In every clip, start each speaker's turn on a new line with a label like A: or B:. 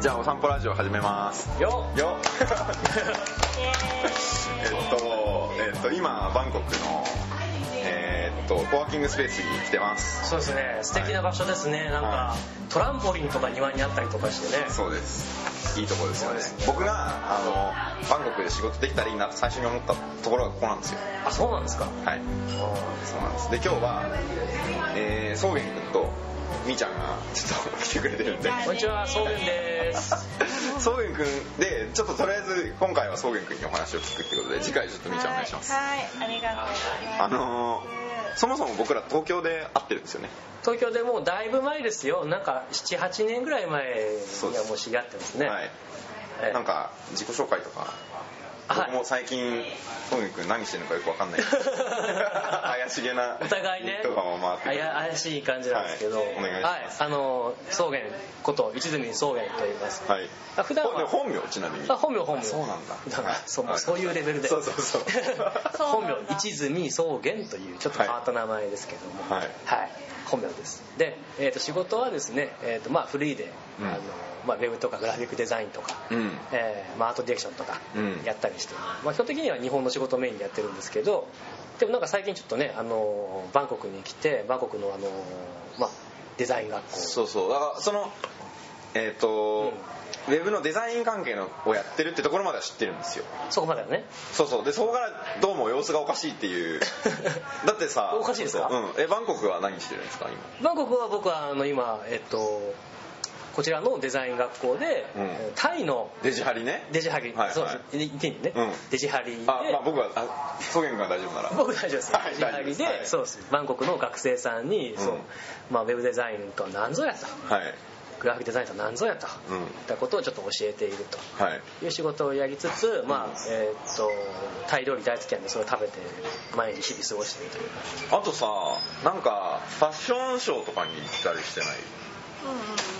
A: じゃあお散歩ラジオ始めます
B: よ
A: よ えっと、えっと、今バンコクのえーっとコワーキングスペースに来てます
B: そうですね素敵な場所ですね、なんか、
A: は
B: トランポリンとか庭にあったりとかしてね
A: そうですいいとこですよね
B: そうですね
A: 僕があのバンコクで仕事できたらいいなって最初に思ったところがここなんですよ
B: あそうなんですか
A: はいそうなんですで今日は、えー、草原くんとみーちゃんがちょっと来てくれてるんで
B: こんにちはそうめんです
A: 草原くんでちょっととりあえず今回は草原くんにお話を聞くってことで次回ちょっとみーちゃんお願いします
C: はい、はいありがとうございます。
A: あのー、そもそも僕ら東京で会ってるんですよね
B: 東京でもうだいぶ前ですよなんか78年ぐらい前
A: そう
B: に
A: で
B: は
A: す
B: もう知り合ってますね
A: はい
B: ええ
A: なんか自己紹介とか
B: はい
A: 僕も最近草原くん何してるのかよくわ かんない怪しげな
B: お互いね
A: とかも回って
B: あ
A: くる
B: や怪しい感じなんですけど、
A: はいお願いします
B: はいあの草原こと一泉草原と言います
A: はい
B: あ普段は
A: ほで本名ちなみに
B: あ本名本名
A: そうなんだ
B: から
A: はい
B: そう
A: はい
B: そういうレベルで
A: そうそうそう
C: そう
B: 本
C: なんだ
B: 名一泉草原というちょっと変わった名前ですけども
A: はい
B: はい本名ですで、えー、と仕事はですね、えーとまあ、フリーで、
A: うん
B: あのまあ、ウェブとかグラフィックデザインとか、
A: うん
B: えーまあ、アートディレクションとか
A: うん
B: やったりして、まあ、基本的には日本の仕事をメインでやってるんですけどでもなんか最近ちょっとねあのバンコクに来てバンコクのあの、まあ、デザイン学校
A: そうそうだからそのえっ、と、ウェブのデザイン関係のをやってるってところまでは知ってるんですよ
B: そこまではね
A: そうそうでそこからどうも様子がおかしいって いうだってさ
B: おかしいですか
A: うん、えバンコクは何してるんですか今
B: バンコクは僕はあの今、えっと、こちらのデザイン学校で、
A: うん
B: えータイの
A: デジハリね
B: デジハリ、
A: はいはい
B: そうですいていいね、
A: うん
B: デジハリで
A: あ、まあ、僕はあ草原が大丈夫なら
B: 僕大丈夫です、
A: はい
B: デジハリで、
A: 大丈夫です
B: そうですバンコクの学生さんに、
A: ん
B: そうまあ、ウェブデザインとは何ぞやと
A: はい
B: グラフィックデザインとは何ぞやと、
A: うん
B: いったことをちょっと教えていると
A: はい
B: いう仕事をやりつつ、まあえーっとタイ料理大好きなんでそれを食べて毎日日々過ごしているという
A: あとさなんかファッションショーとかに行ったりしてない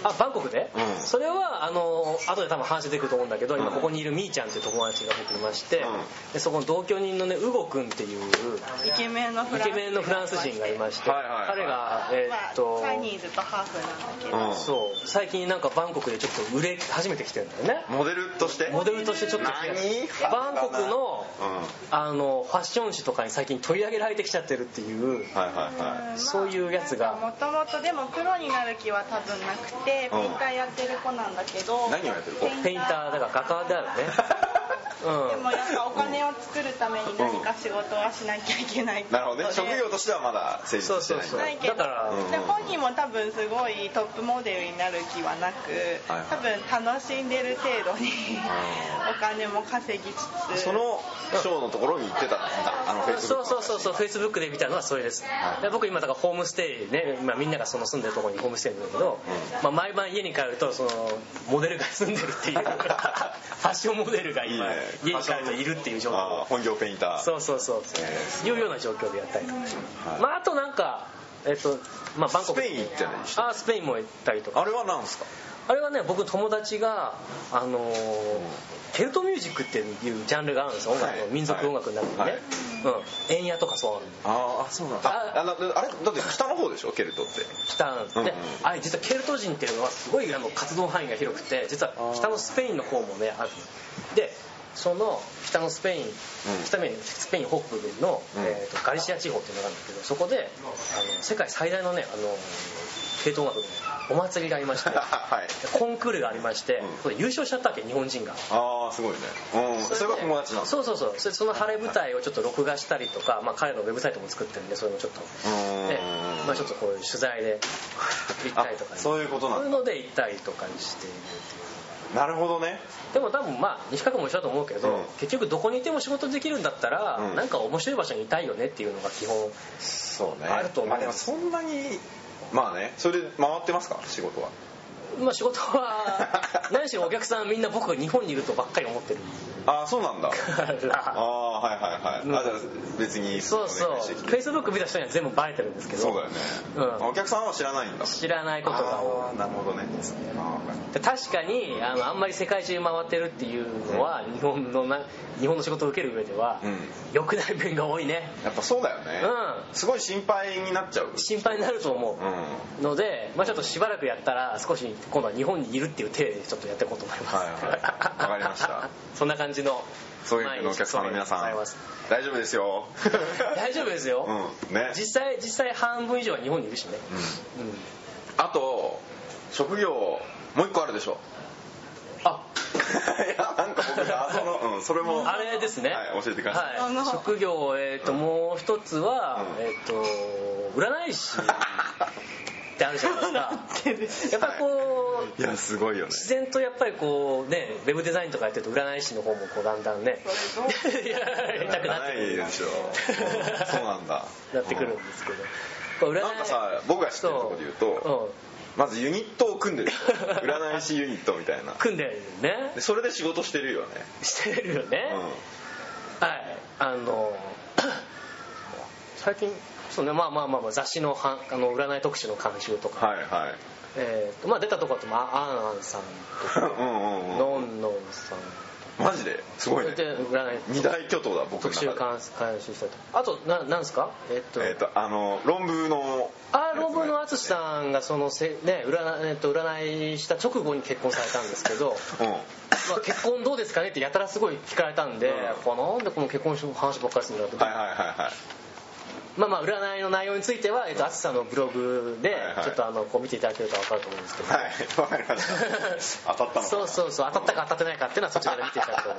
B: あバンコクで、
A: うん
B: それはあの後で多分話出てくると思うんだけど
A: う
B: 今
A: ん
B: ここにいるみーちゃんっていう友達が僕いまして、
A: うん
B: でそこの同居人のねウゴ君っていう
C: うんうん。イケメンのフ
B: イ
C: ランス。
B: ケメンのフランス人がいまして、
A: はいはいはい
B: 彼がえ
C: ま
B: ー
C: あ、
B: っ
C: チ
B: と、
C: ャイニーズとハーフなんだけど。
A: うん
B: そう最近なんかバンコクでちょっと売れ始めてきてるんだよね
A: モデルとして
B: モデルとしてちょっと来て
A: 何
B: バンコクの
A: うん
B: あのファッション誌とかに最近取り上げられてきちゃってるっていう
A: はいはい は
B: そういうやつが
C: もともとでもプロになる気は多分なくて、
A: うん
C: ペインターやってる子なんだけど。
A: 何をやってる子
B: ペインターだから画家であるねうん
C: でもやっぱお金を作るために何か仕事はしなきゃいけないっ
A: い
C: てこと
A: な
C: で
A: るほどね職業としてはまだ成
B: そう
A: 立して
B: そう
A: ない
B: そう
C: ないけど
B: だから、
A: うん
C: で本人も多分すごいトップモデルになる気はなく、
A: はいはい
C: 多分楽しんでる程度にお金も稼ぎつつ
A: そのショーのところに行ってたんだあのフェイスブッ
B: そ
A: ク
B: うそうそうそうフェイスブックで見たのはそれです、
A: はい
B: で僕今だからホームステイね今みんながその住んでるところにホームステイなんだけど、まあ、毎晩家に帰るとそのモデルが住んで るっていうファッションモデルが
A: いいね
B: 今家に帰るといるっていう状況
A: あー本業ペインター
B: そうそうそう、いうような状況でやったりとか、まあ、あとなんかえっとまあバンコ
A: ス
B: ク
A: ペイン行ってないし
B: あースペインも行ったりとか
A: あれは何すか
B: あれはね僕友達があのーケルトミュージックっていうジャンルがあるんですよ音楽の、
A: はい
B: 民族音楽の中にね、
A: はい
B: うん円屋とかそうある
A: ああそうなんだああのあれだって北の方でしょケルトって
B: 北なんで
A: うん
B: す、
A: うん
B: であれ実はケルト人っていうのはすごいあの活動範囲が広くて実は北のスペインの方もねあるでその北のスペイン、北面スペイン北部の、
A: うん
B: えーとガリシア地方っていうのがあるんですけどそこであの世界最大のねあの系統音楽のお祭りがあり まして
A: はい
B: コンクールがありまして、
A: うん
B: それ優勝しちゃったわけ日本人が。
A: ああすごいねうんそれが友達なの
B: そうそうそうそれでその晴れ舞台をちょっと録画したりとか、まあ、彼のウェブサイトも作ってるんでそういうのちょっと
A: ーん
B: でまあ、ちょっとこういう取材で行ったりとか、
A: あそういうことなんだ
B: そういうので行ったりとかしているっていう
A: なるほどね
B: でも多分まあ西川君も一緒だと思うけど、
A: うん
B: 結局どこにいても仕事できるんだったら、
A: うん
B: なんか面白い場所にいたいよねっていうのが基本
A: そうね
B: あると思う
A: まあでもそんなにまあねそれで回ってますか仕事は
B: まあ仕事は何しろお客さんみんな僕が日本にいるとばっかり思ってる
A: ああそうなんだ
B: から
A: ああはいはいはいあじゃあ別に
B: そうそ
A: お
B: う
A: 願いしてきて
B: Facebook 見た人には全部バレてるんですけど
A: そうだよね
B: うん
A: お客さんは知らないんだ
B: 知らないことが多い
A: あーなるほどねあ
B: で確かにあのあんまり世界中回ってるっていうのは、日本のな日本の仕事を受ける上では
A: ーうん
B: 良、くない面が多いね
A: やっぱそうだよね
B: う
A: すごい心配になっちゃう
B: 心配になると思
A: うん
B: うので、まあ、ちょっとしばらくやったら少し今度は日本にいるっていう体でちょっとやっていこうと思います
A: はいはいわかりました
B: そんな感じの
A: 送迎のお客様の皆さん
B: 毎日でございます
A: 大丈夫ですよ
B: 大丈夫ですよ、
A: うんね
B: 実際実際半分以上は日本にいるしね、
A: うん
B: うん、
A: あと職業もう一個あるでしょ
B: あ
A: いやなんか僕 がその、うん、それも
B: あれですね、
A: はい、教えてください、
B: はい
C: あの
B: 職業、えー、ともう一つは、
A: うん
B: えー、と占い師ってあるじゃな いですかやっぱりこう、
A: い、やすごいよね
B: 自然とやっぱりこうねウェブデザインとかやってると占い師の方もこうだんだんね
C: それ
B: やりたくなってく
A: い
B: る
A: でしょうんそうなんだ
B: なってくるんですけど、まあ占い
A: なんかさ僕が知ってるところで言うと
B: そう
A: まずユニットを組んでるでしょ占い師ユニットみたいな
B: うん、組んでるよね
A: でそれで仕事してるよね、
B: してるよね、
A: うん、
B: はいあの最近そうねまあまあまあまあ雑誌のはあの占い特集の監修とか、
A: はいはい
B: えーとまあ、出たとこだと、まあ、アンアンさんとか
A: うんうんうん
B: のんのんさん
A: マジですごいね
B: で占い
A: 二大巨頭だ僕の
B: 特集監
A: 中で
B: 監修したりとかあとななんですかえっ、と,、
A: えっ、とあの論文の
B: あ論文の淳さんがそのせ、ね占いえっと占いした直後に結婚されたんです けど
A: うん
B: まあ結婚どうですかねってやたらすごい聞かれたんで、
A: うん
B: こうなんでこの結婚の話ばっかりするんだろうと
A: はいはいはいはい
B: まあまあ占いの内容については、えっと、淳さんのブログで
A: はいはい
B: ちょっとあのこう見ていただけると分かると思うんですけど、
A: はいわかりました当たったのかな
B: そうそうそう当たったか当たってないかっていうのはそっちから見ていただくと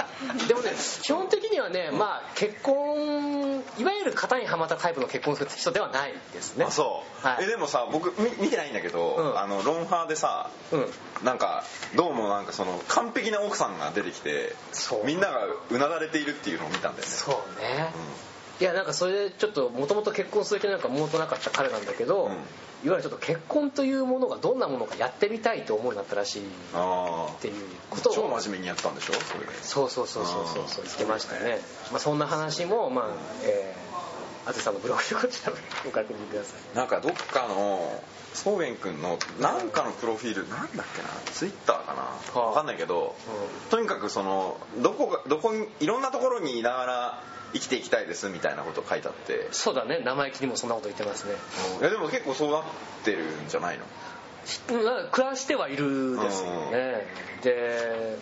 B: でもね基本的にはね、まあ結婚いわゆる型にはまったタイプの結婚する人ではないですね
A: あそう、
B: はい
A: えでもさ僕み見てないんだけど、
B: うん
A: あのロンハーでさ
B: うん
A: なんかどうもなんかその完璧な奥さんが出てきて
B: そう
A: みんながうなだれているっていうのを見たんだよね
B: そうね、いやなんかそれでちょっともともと結婚する気なんかもとなかった彼なんだけど、
A: うん
B: いわゆるちょっと結婚というものがどんなものかやってみたいと思うようになったらしいっ
A: ああ
B: ていうことを
A: 超真面目にやったんでしょそれで
B: そうそうそうそうそうそう言ってましたね、まあ、そんな話もまあえー、あずさんのブログでこちらをご確認ください
A: なんかどっかのそうげんくんのなんかのプロフィールなんだっけなツイッターかな
B: はあ
A: わかんないけどとにかくそのどこがどこにいろんなところにいながら生きていきたいですみたいなこと書いてあって
B: そうだね生意気にもそんなこと言ってますね
A: いやでも結構そうなってるんじゃないの
B: うんなんか暮らしてはいるですよねで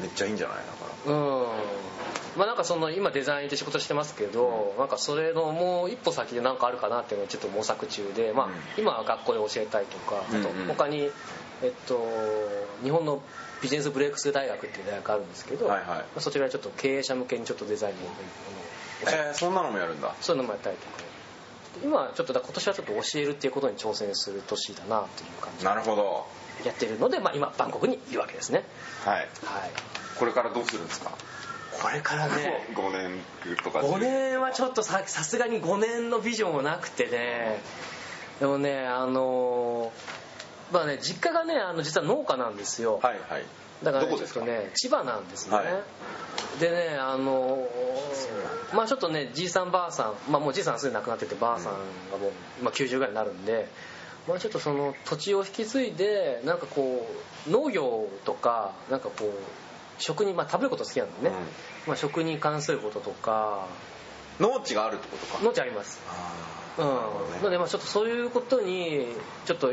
A: めっちゃいいんじゃないだから
B: うんまあなんかその今デザインで仕事してますけど、なんかそれのもう一歩先で何かあるかなっていうのをちょっと模索中で、まあ
A: うん、
B: 今は学校で教えたいとか、あと
A: うんうん
B: 他に、えっと、日本のビジネスブレイクスルー大学っていう大学あるんですけど、
A: はいはい
B: まあそちらでちょっと経営者向けにちょっとデザインをあの
A: えー、そんなのもやるんだ
B: そういうのもやったりとか今はちょっとだから今年はちょっと教えるっていうことに挑戦する年だなという感じ
A: なるほど
B: でやってるので、まあ、今バンコクにいるわけですね
A: はい
B: はい
A: これからどうするんですか
B: これから ね
A: 5年とか
B: 5年はちょっとささすがに5年のビジョンもなくてねでもねあのーまあね実家がねあの実は農家なんですよ、
A: はいはい
B: だから、
A: ど
B: ね、
A: こ
B: ちょ
A: で
B: っ
A: すか
B: とね千葉なんですね、
A: はい
B: でねあのーまあちょっとねじいさんばあさんまあもうじいさんはすでに亡くなっててばあさんがもう、まあ、90ぐらいになるんでまあちょっとその土地を引き継いでなんかこう農業とかなんかこう食にまあ食べること好きなんでね、
A: うん
B: まあ食に関することとか
A: 農地があるってことか
B: のちあります
A: あ
B: うん
A: ーなるほどね
B: なのでまあちょっとそういうことにちょっと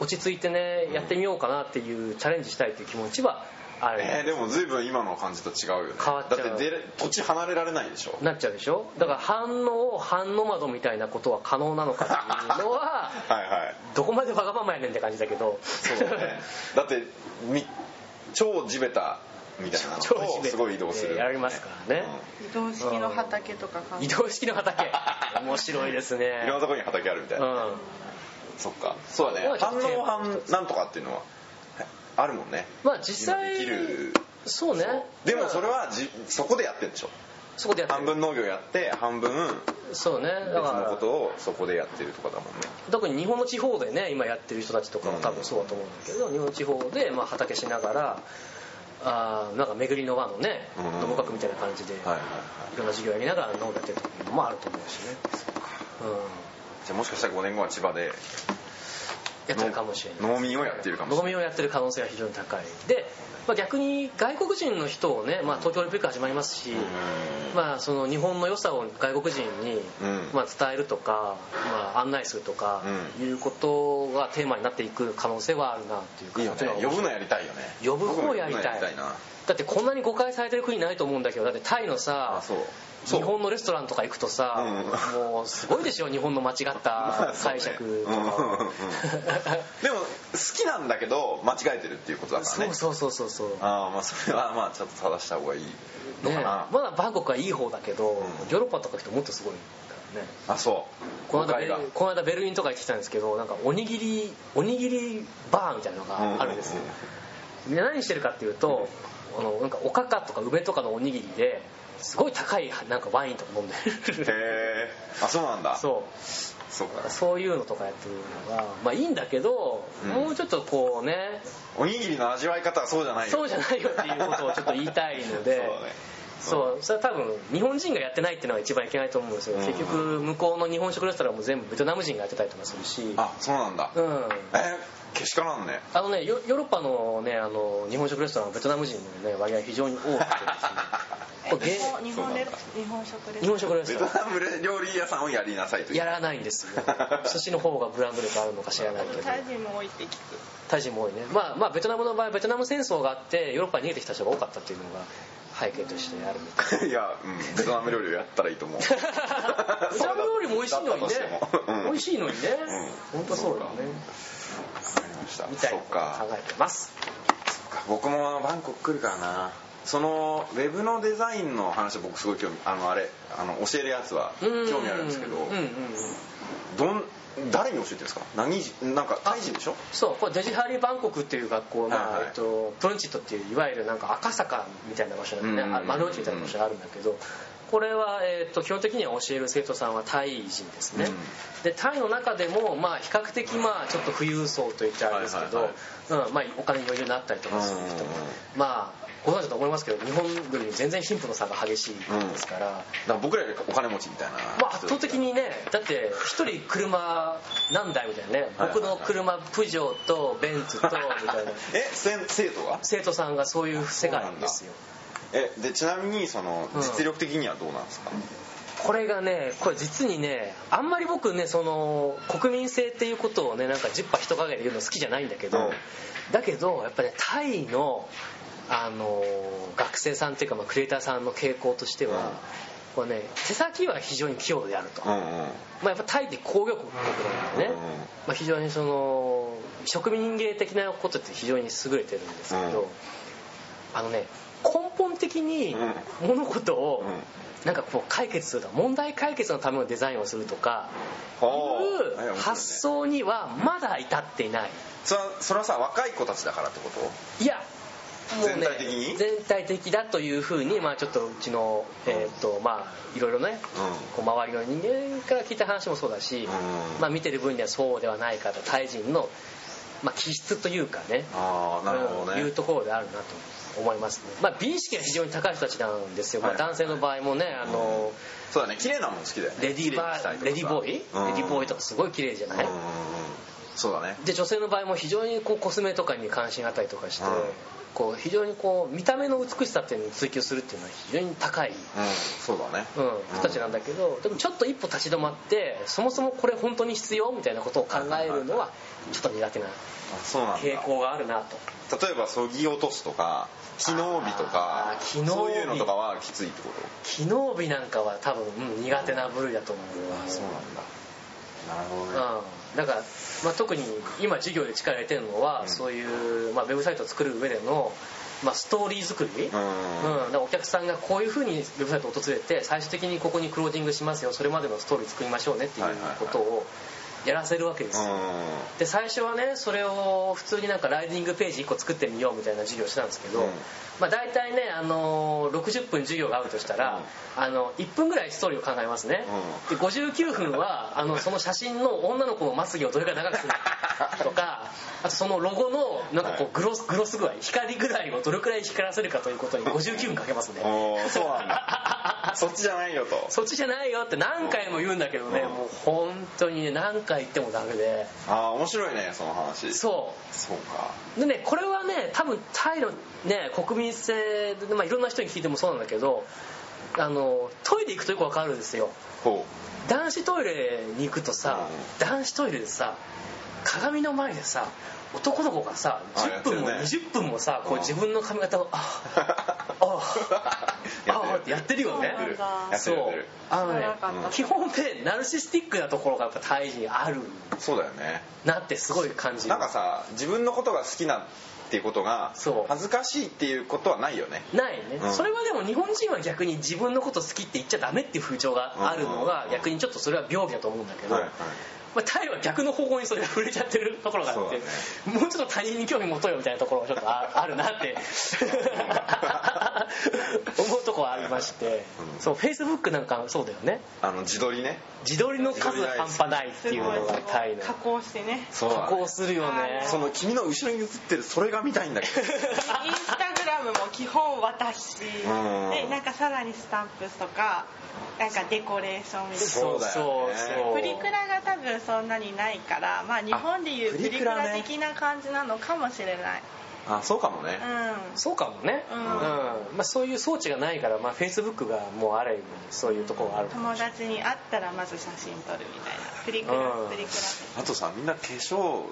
B: 落ち着いてね、やってみようかなっていうチャレンジしたいという気持ちはある、
A: えー、でも随分今の感じと違うよね
B: 変わっちゃう
A: だって出れ土地離れられないでしょ
B: なっちゃうでしょだから反応を反応窓みたいなことは可能なのかっていうのは
A: はいはい
B: どこまでわがままやねんって感じだけど
A: そうだねだってみ超地べたみたいなの
B: 超地べ
A: と
B: た
A: すごい移動する、
B: やりますからね
C: 移動式の畑とか考え
B: 移動式の畑面白いです
A: うん
B: ね
A: いろんなところに畑あるみたいうな、
B: ん
A: そっかそうだね
B: ここはち
A: 反
B: ょっとテー
A: 応
B: マ
A: 反なんとかっていうのはあるもんね
B: まあ実際
A: 今できる
B: そうね
A: でもそれはじそこでやってるんでしょ
B: そこでやってる
A: 半分農業やって半分
B: そうね
A: 別
B: だ
A: のこ
B: か
A: と
B: ら
A: をそこでやってるとかだもんね
B: 特に日本の地方でね今やってる人たちとかは多分そうだと思うんだけど、日本の地方でまあ畑しながらあーなんか巡りの輪のね
A: うん
B: 農学みたいな感じで、
A: はいはいはい
B: いろんな授業やりながら農業やってるのもあると思うしね、
A: じゃあもしかしたら5年後は千葉で
B: やってるかもしれない
A: 農民をやっているかもし
B: 農
A: れない
B: 民をやってる可能性が非常に高いで、まあ、逆に外国人の人をね、まあ、東京オリンピック始まりますし、まあ、その日本の良さを外国人に、
A: うん
B: まあ、伝えるとか、まあ、案内するとか、
A: う
B: いうことがテーマになっていく可能性はあるなっていう
A: いいよ
B: 感じは
A: ね呼ぶのやりたいよね
B: 呼ぶ方やりた
A: 僕も呼ぶの
B: い
A: やりたいな
B: だってこんなに誤解されてる国ないと思うんだけどだってタイのさ
A: あそうそう
B: 日本のレストランとか行くとさ、
A: う
B: もうすごいでしょ日本の間違った解釈と
A: まあそうねうんうんうん
B: か
A: でも好きなんだけど間違えてるっていうことだからね
B: そうそうそうそうそう
A: ああまあそれはまあちょっと正した方がいいの
B: ね
A: かな、
B: まだバンコクはいい方だけど、
A: ん
B: ヨーロッパとか行くともっとすごいからね
A: あそう
B: この間ベ
A: 誤解が
B: この間ベルリンとか行ってきたんですけどなんかおにぎりおにぎりバーみたいなのがあるんですよ、で何してるかっていうと、あのなんかおかかとか梅とかのおにぎりですごい高いなんかワインとか飲んで
A: へ
B: る
A: えあそうなんだそう
B: そう
A: か
B: そういうのとかやってるのがまあいいんだけど、
A: うん
B: もうちょっとこうね
A: おにぎりの味わい方はそうじゃないよ
B: そうじゃないよっていうことをちょっと言いたい
A: そ
B: ので
A: うだね
B: そうそれは多分日本人がやってないっていうのが一番いけないと思うんですよ、
A: うん
B: 結局向こうの日本食レストランも全部ベトナム人がやってたりとかするし
A: あそうなんだ、
B: うん
A: えけしからんね
B: あのねヨヨーロッパのねあの日本食レストランはベトナム人のね割合非常に多くてですね
C: え
B: これ
C: 日本日本レ
A: そう
C: 日本食レ
B: 日本食レ
A: ベ
B: スト
A: ト
B: ラ
A: ナム料理屋さんをやりなさいと
B: ンやらないんですよ寿司の方がブランド力あるのか知らないけど
C: タイ人も多いって聞く
B: タイ人も多いねまあまあベトナムの場合ベトナム戦争があってヨーロッパに逃げてきた人が多かったっていうのが背景としてあるみ たい
A: いや、うん、ベトナム料理をやったらいいと思う
B: ベトナム料理も美味しいのにね
A: だったとしてもうん
B: 美味しいのにね
A: うん
B: 本当そうだよね
A: わかりました
B: みたい
A: そ
B: な
A: っ
B: ことを
A: か
B: 考えてます
A: 僕もバンコク来るからなそのウェブのデザインの話は僕すごい興味あのあれあの教えるやつは
B: うん
A: 興味あるんですけど
B: うんうんうん
A: どん誰に教えてるんですか何人なんかタイ人でしょ
B: そうこれデジハリーバンコクっていう学校、まあ
A: はいはい
B: えっと、プロンチットっていういわゆるなんか赤坂みたいな場所なんで
A: う
B: ね
A: ん
B: あ丸の内みたいな場所があるんだけどこれは、えっと基本的には教える生徒さんはタイ人ですね、
A: うん
B: でタイの中でも、まあ、比較的、まあ、ちょっと富裕層といってあれですけど、
A: はい
B: うんまあ、お金に余裕になったりとかする人も
A: うん
B: まあご存知だと思いますけど日本より全然貧富の差が激しいですから、
A: だから僕らよりお金持ちみたいな、
B: まあ、圧倒的にねだって一人車何台みたいなね
A: はいはいはい
B: 僕の車プジョーとベンツとみたいな
A: えせん生徒が
B: 生徒さんがそういう世界なんですよ
A: えでちなみにその
B: うん
A: 実力的にはどうなんですか、
B: これがねこれ実にねあんまり僕ねその国民性っていうことをねなんか十波人影で言うの好きじゃないんだけど、
A: うん
B: だけどやっぱねタイのあの学生さんっていうか、まあ、クリエイターさんの傾向としては、これね手先は非常に器用であると、
A: うん、うん
B: まあ、やっぱタイって工業国なんでね、
A: うん
B: まあ、非常にその植民芸的なことって非常に優れてるんですけど、
A: うん
B: あのね根本的に物事を
A: うん
B: なんかこう解決するとか問題解決のためのデザインをするとか
A: ほうえ面白
B: い
A: いうね
B: 発想にはまだ至っていない
A: それはそれはさ若い子たちだからってこと
B: いやもうね
A: 全体的に
B: 全体的だというふうに、まあ、ちょっとうちの、えーっとまあ、いろいろねこう周りの人間から聞いた話もそうだし、
A: うん
B: まあ、見てる分にはそうではないかとタイ人の、まあ、気質というかね
A: ああなるほどね、
B: うんいうところであるなと思いますね、まあ、美意識が非常に高い人たちなんですよ、まあ、
A: はいはい
B: 男性の場合もねあの、
A: そうだね綺麗なもん好きだよね
B: レディーバーレディーボーイ、レディーボーイと
A: か
B: かすごい綺麗じゃない、
A: そうだね
B: で女性の場合も非常にこうコスメとかに関心があったりとかして、
A: うん
B: こう非常にこう見た目の美しさっていうのを追求するっていうのは非常に高い
A: うんそうだね
B: うん、人たちなんだけどでもちょっと一歩立ち止まってそもそもこれ本当に必要みたいなことを考えるのはちょっと苦手な
A: あそうなんだ
B: 傾向があるなと
A: 例えばそぎ落とすとか機能美とか
B: あー機能美
A: そういうのとかはきついってこと
B: 機能美なんかは多分、うん苦手な部類だと思うわ
A: だなるほ
B: う
A: ど
B: ん
A: ね
B: だから、まあ、特に今授業で力入れてるのは、
A: うん
B: そういう、まあ、ウェブサイトを作る上での、まあ、ストーリー作り、
A: うん
B: うんだからお客さんがこういうふうにウェブサイトを訪れて最終的にここにクロージングしますよそれまでのストーリー作りましょうねっていうことをやらせるわけですよ、で最初はねそれを普通になんかライディングページ1個作ってみようみたいな授業をしてたんですけど、
A: うん
B: まあ、大体ね、あのー60分授業があるとしたら、あの1分ぐらいストーリーを考えますね、
A: う
B: で59分はあのその写真の女の子のまつげをどれくらい長くするかとかあとそのロゴのなんか
A: はい
B: こ
A: う
B: グロスグロス具合光具合をどれくらい光らせるかということに59分かけますね
A: うんお ーそうなんだそっちじゃないよと
B: そっちじゃないよって何回も言うんだけどね、
A: うん
B: もう本当にね何回言ってもダメで
A: ああ面白いねその話う
B: そ
A: そうか
B: うでねこれはね多分タイのね国民性で、まあ、いろんな人に聞いてもそうなんだけどあのトイレ行くとよくわかるんですよ
A: ほ
B: 男子トイレに行くとさ、
A: う
B: 男子トイレでさ鏡の前でさ男の子がさ
A: あ
B: 10分も
A: やってる
B: 20分もさこ
A: う
B: う
A: ん
B: 自分の髪型を あ
A: う
B: ああってやってるよね
A: やってる
C: そうなんだ
A: やってるやっ
B: そう
A: てる
B: あのね
C: 知らなかった
B: 基本ねナルシスティックなところがやっぱ胎児にある
A: そうだよね
B: なってすごい感じる
A: なんかさ自分のことが好きなっていうことが
B: そう
A: 恥ずかしいっていうことはないよね
B: ないね、
A: うん
B: それはでも日本人は逆に自分のこと好きって言っちゃダメっていう風潮があるの
A: うんうん
B: が
A: うん
B: 逆にちょっとそれは病気だと思うんだけど、
A: はいはい
B: まあ、タイは逆の方向にそれが触れちゃってるところがあって、もうちょっと他人に興味持とうよみたいなところがちょっとああるなって 思うとこはありまして、
A: うん
B: そうフェイスブックなんかそうだよね
A: あの自撮りね
B: 自撮りの数半端ないって
C: す
B: い
C: ごいうす
B: のがタイ
C: ごい
B: の
C: 加工してね
A: そう
B: 加工するよね
A: その君の後ろに映ってるそれが見たいんだけど
C: インスタグラムも基本私
A: ん
C: でなんかさらにスタンプとかなんかデコレーションみたいな
A: そうだよね
B: そうそう
C: プリクラが多分そんなにないからまあ日本でいう
A: あ
C: プ
A: プ
C: リ
A: リ
C: ク
A: ク
C: ラ
A: ラね
C: 的な感じなのかもしれない
A: あそうかもね
C: う
B: そうかもね、
C: う
B: うんんまあ、そういう装置がないから、まあ、Facebook がもうある意味そういうところがある
C: ん友達に会ったらまず写真撮るみたいなプリクラ
B: うん
C: プリク
A: あとさみんな化粧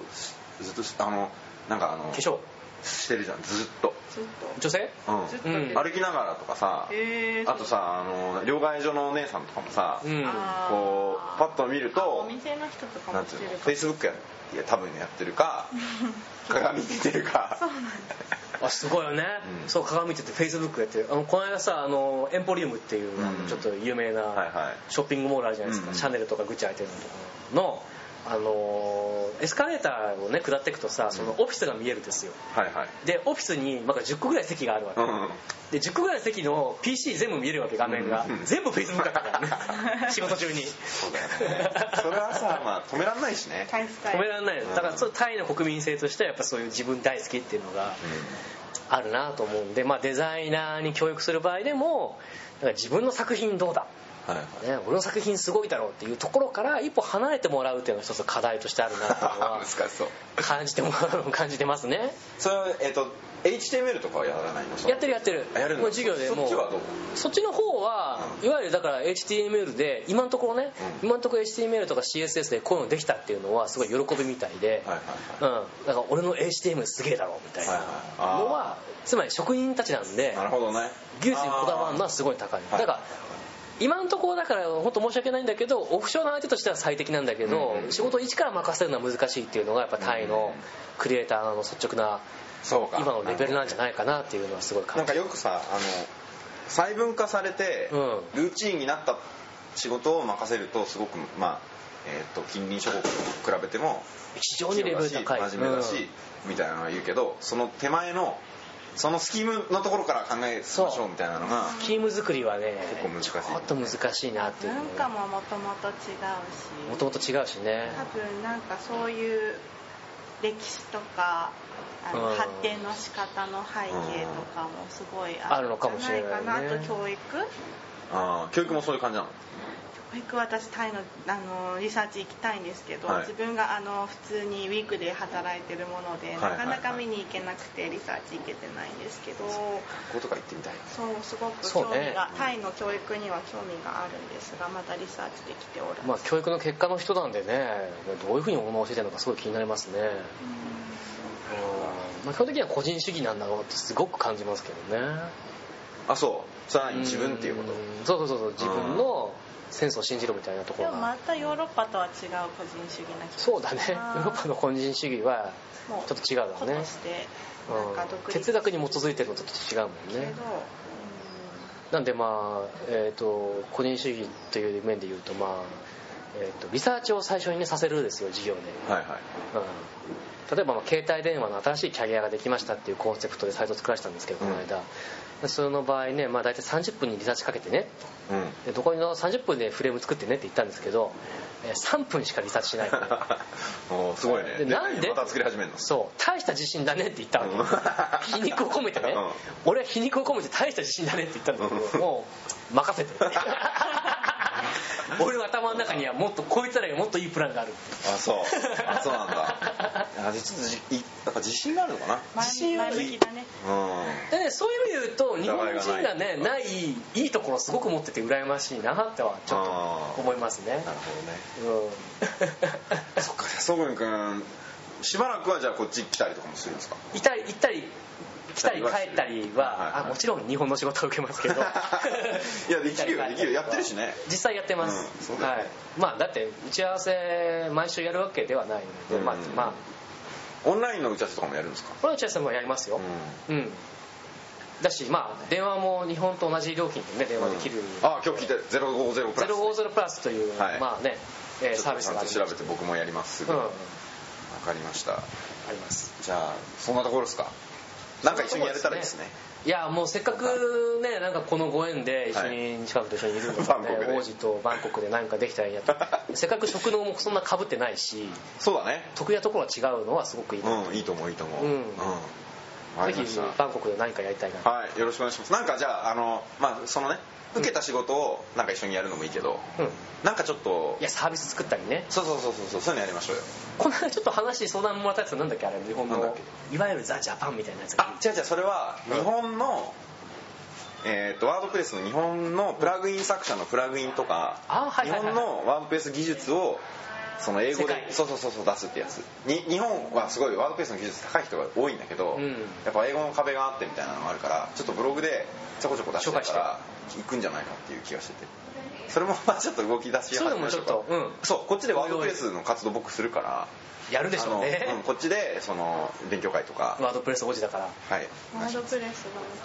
A: ずっとしあのなんかあの
B: 化粧
A: してるじゃんずっと、
C: ラずっ
B: 女性
A: うん
C: とずっと
B: うん
A: 歩きながらとかさ
C: へー
A: あとさあの両替所のお姉さんとかもさ、
B: うん
C: あー
A: こうパッと見る
C: あお
A: と
C: 店の人とか
A: なん
C: も
A: て
C: し
A: い
C: て
A: うの
C: る
A: フェイスブックやいや多分やってる か鏡見てるか
C: そうなんだ
B: あすごいよね、
A: うん
B: そう鏡見てて Facebook やってるあのこの間さあのエンポリウムっていう、あの
A: うん
B: ちょっと有名 な、
A: はいはい
B: ショッピングモールあるじゃないですか、
A: うんうん
B: シャネルとかグッチ開いてるのとかの、あのーエスカレーターをね下っていくとさそのオフィスが見えるんですよ
A: はいはい
B: でオフィスになんか10個ぐらい席があるわけ、
A: うんうん
B: で10個ぐらいの席の PC 全部見えるわけ画面が、
A: うん
B: 全部 Facebook だったから ね仕事中に
A: そうだよねそれはさまあ止めらんないしね、
C: 返したい
B: 止められないよだからそうタイの国民性としてはやっぱそういう自分大好きっていうのがあるなと思うんで、まあ、デザイナーに教育する場合でもなんか自分の作品どうだ
A: うんはいはい
B: ね、俺の作品すごいだろうっていうところから一歩離れてもらうっていうのが一つ課題としてあるなってい うのは
A: 難しそう
B: 感じてもらう感じてますね
A: それはえっ、と HTML とかはやらないの
B: やってるやってる
A: あやるの
B: もう授業で
A: そっ
B: も
A: ちはどう
B: そっちの方は
A: うん
B: いわゆるだから HTML で今のところね、
A: うん
B: 今のところ HTML とか CSS でこういうのできたっていうのはすごい喜びみたいで、
A: はいはい
B: うん、だから俺の HTML すげえだろみたいな
A: はいはいあー
B: のはつまり職人たちなんで
A: なるほどね
B: 技術にこだわるのはすごい高いだから今のところだから本当申し訳ないんだけどオフショアの相手としては最適なんだけど、
A: うんうん
B: 仕事を一から任せるのは難しいっていうのがやっぱタイのクリエイターの率直な
A: そうか
B: 今のレベルなんじゃないかなっていうのはすごい
A: なん
B: 感じ
A: か
B: る
A: よくさあの細分化されて、
B: うん
A: ルーチンになった仕事を任せるとすごくまあ、えー、と近隣諸国と比べても
B: 非常にレベル高い
A: 器用だし真面目だし、みたいなのは言うけどその手前のそのスキームのところから考えまし
B: そ
A: ょ
B: う
A: うみたいなのが
B: チーム作りはね
A: 構難しい
B: ちょっと難しいなっていう
C: 文化ももともと違うし
B: もともと違うしね
C: 多分なんかそういう歴史とかあの
B: うん
C: 発展の仕方の背景とかもすごい
B: あるのかもしれないね
C: んじゃかなと教育
A: あー教育もそういう感じなの
C: 教育私タイのあのリサーチ行きたいんですけど、
A: はい
C: 自分があの普通にウィークで働いてるもので、
A: いはいはい
C: なかなか見に行けなくてリサーチ行けてないんですけど
A: 学校とか行ってみたいな
C: そうすごく
B: そう
C: 興
B: ね
C: 味が、タイの教育には興味があるんですがまだリサーチできておらず、
B: まあ教育の結果の人なんでねどういうふうにものを教えてるのかすごい気になりますねうんまあ、基本的には個人主義なんだろうってすごく感じますけどね
A: あそうそれは何自分っていうこと
B: んそうそうそうそう自分のセンスを信じろみたいなとこ
C: で
B: ろ
C: もま
B: が
C: たヨーロッパとは違う個人主義な気が
B: そうだねヨ
C: あー
B: ーロッパの個人主義は
C: も
B: ちょっと違うだろうね
C: 個としてなんか
B: うん
C: 独立
B: 哲学に基づいてるのとちょっと違うもん
C: け
B: ね
C: ど、
B: なんでまあ、えー、と個人主義という面で言うとまあ、えー、とリサーチを最初にねさせるですよ授業で、
A: はいはい
B: うん例えばまあ携帯電話の新しいキャリアができましたっていうコンセプトでサイト作らせたんですけどこの間、でその場合ね、まあ、大体30分にリサーチかけてね
A: うん
B: でどこにの30分でフレーム作ってねって言ったんですけどえー3分しかリサーチしない
A: おーすごいね
B: でなんで
A: また作り始めるの
B: そう大した自信だねって言ったわけ、
A: う
B: 皮
A: ん
B: 肉を込めてね、
A: うん
B: 俺は皮肉を込めて大した自信だねって言ったんだけど、
A: うん
B: もう任せて俺の頭の中にはもっとこいつらがもっといいプランがある
A: あそうあそう なんだあちょっとじいなんか自信があるのかな
C: 前
B: 自信あ
C: 前
B: る
C: 向きだね
A: うん
B: でねそういう意味で言うと日本人
A: 疑
B: がね
A: いが
B: ないいいところすごく持ってて羨ましいなってはちょっと思いますね
A: なるほどね
B: うん
A: そっかそぐんくんしばらくはじゃあこっち来たりとかもするんですか
B: いたり行ったり来たり帰ったり
A: はい
B: は
A: はい
B: あもちろん日本の仕事は受 けますけど
A: いやできるよできるよやってるしね
B: 実際やってます
A: うん、そうだよ
B: は
A: ね
B: いまあだって打ち合わせ毎週やるわけではないので、まあ
A: うん
B: まあ
A: オンラインの打ち合わせとかもやるんですか
B: これは打ち合わせもやりますようん、だしまあ電話も日本と同じ料金でね電話できる、
A: あ今日聞いて050プラス
B: 050プラスという、
A: はい
B: まあね、えー
A: ちょ
B: サ
A: っ
B: ー
A: と
B: ビス
A: ちゃん
B: があ
A: と調
B: り
A: べて僕もやります
B: うん、あ
A: わかりました
B: ります
A: じゃあそんなところですかなんか一緒にやれたらいいですね
B: いやもうせっかくねなんかこのご縁で一緒に近くと一緒にいるので、
A: バンコクで
B: 王子とバンコクで何かできたらいいな とせっかく食能もそんな被ってないし
A: そうだね
B: 得意なところは違うのはすごくいいな、
A: うんいいと思ういいと思う
B: うん
A: わか
B: ぜ
A: りま
B: ひ
A: した
B: バンコクで何かやりたいな、
A: はい、よろしくお願いします。なんかじゃあ、あの、まあ、そのね、受けた仕事を、なんか一緒にやるのもいいけど、
B: うん、い
A: なんかちょっと。
B: やサービス作ったりね
A: そうそうそうそうそう、そういうのやりましょうよ。
B: この間ちょっと話相談もらったやつなんだっけあれ日本
A: なんだっ
B: のいわゆるザ・ジャパンみたいなやつが
A: あ、違う違う、それは、
B: うん
A: 日本の。えー、とワードプレスの日本のプラグイン作者のプラグインとか、
B: あはいはいはい
A: 日本のワードプレス技術をその英語
B: 世
A: で
B: 界
A: そうそうそうそう出すってやつに日本はすごいワードプレスの技術高い人が多いんだけど、
B: うん
A: やっぱ英語の壁があってみたいなのがあるからちょっとブログでちょこちょこ出してた
B: 紹介して
A: ら行くんじゃないかっていう気がしててそれもまあちょっと動き出し始
B: そういうの
A: め
B: も
A: まし
B: ち
A: ょう
B: ょっ
A: か
B: と、うん、
A: そうこっちでワードプレスの活動僕するから
B: やるでしょうね
A: あのうんこっちでその勉強会とか、
B: ワードプレス王子だから
A: はい
C: ワードプレスが本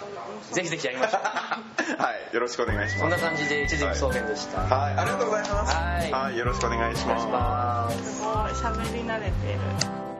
C: 当に面白い
B: ぜひぜひやりましょう
A: はい、よろしくお願いし
B: そ
A: ま
B: んな
A: す。
B: 感じで一軸草原でした、
A: はい、ありがとうございます。
B: はい
A: よろしくお願いし
B: お願いし
A: ます。
B: ます
C: すごい喋り慣れてる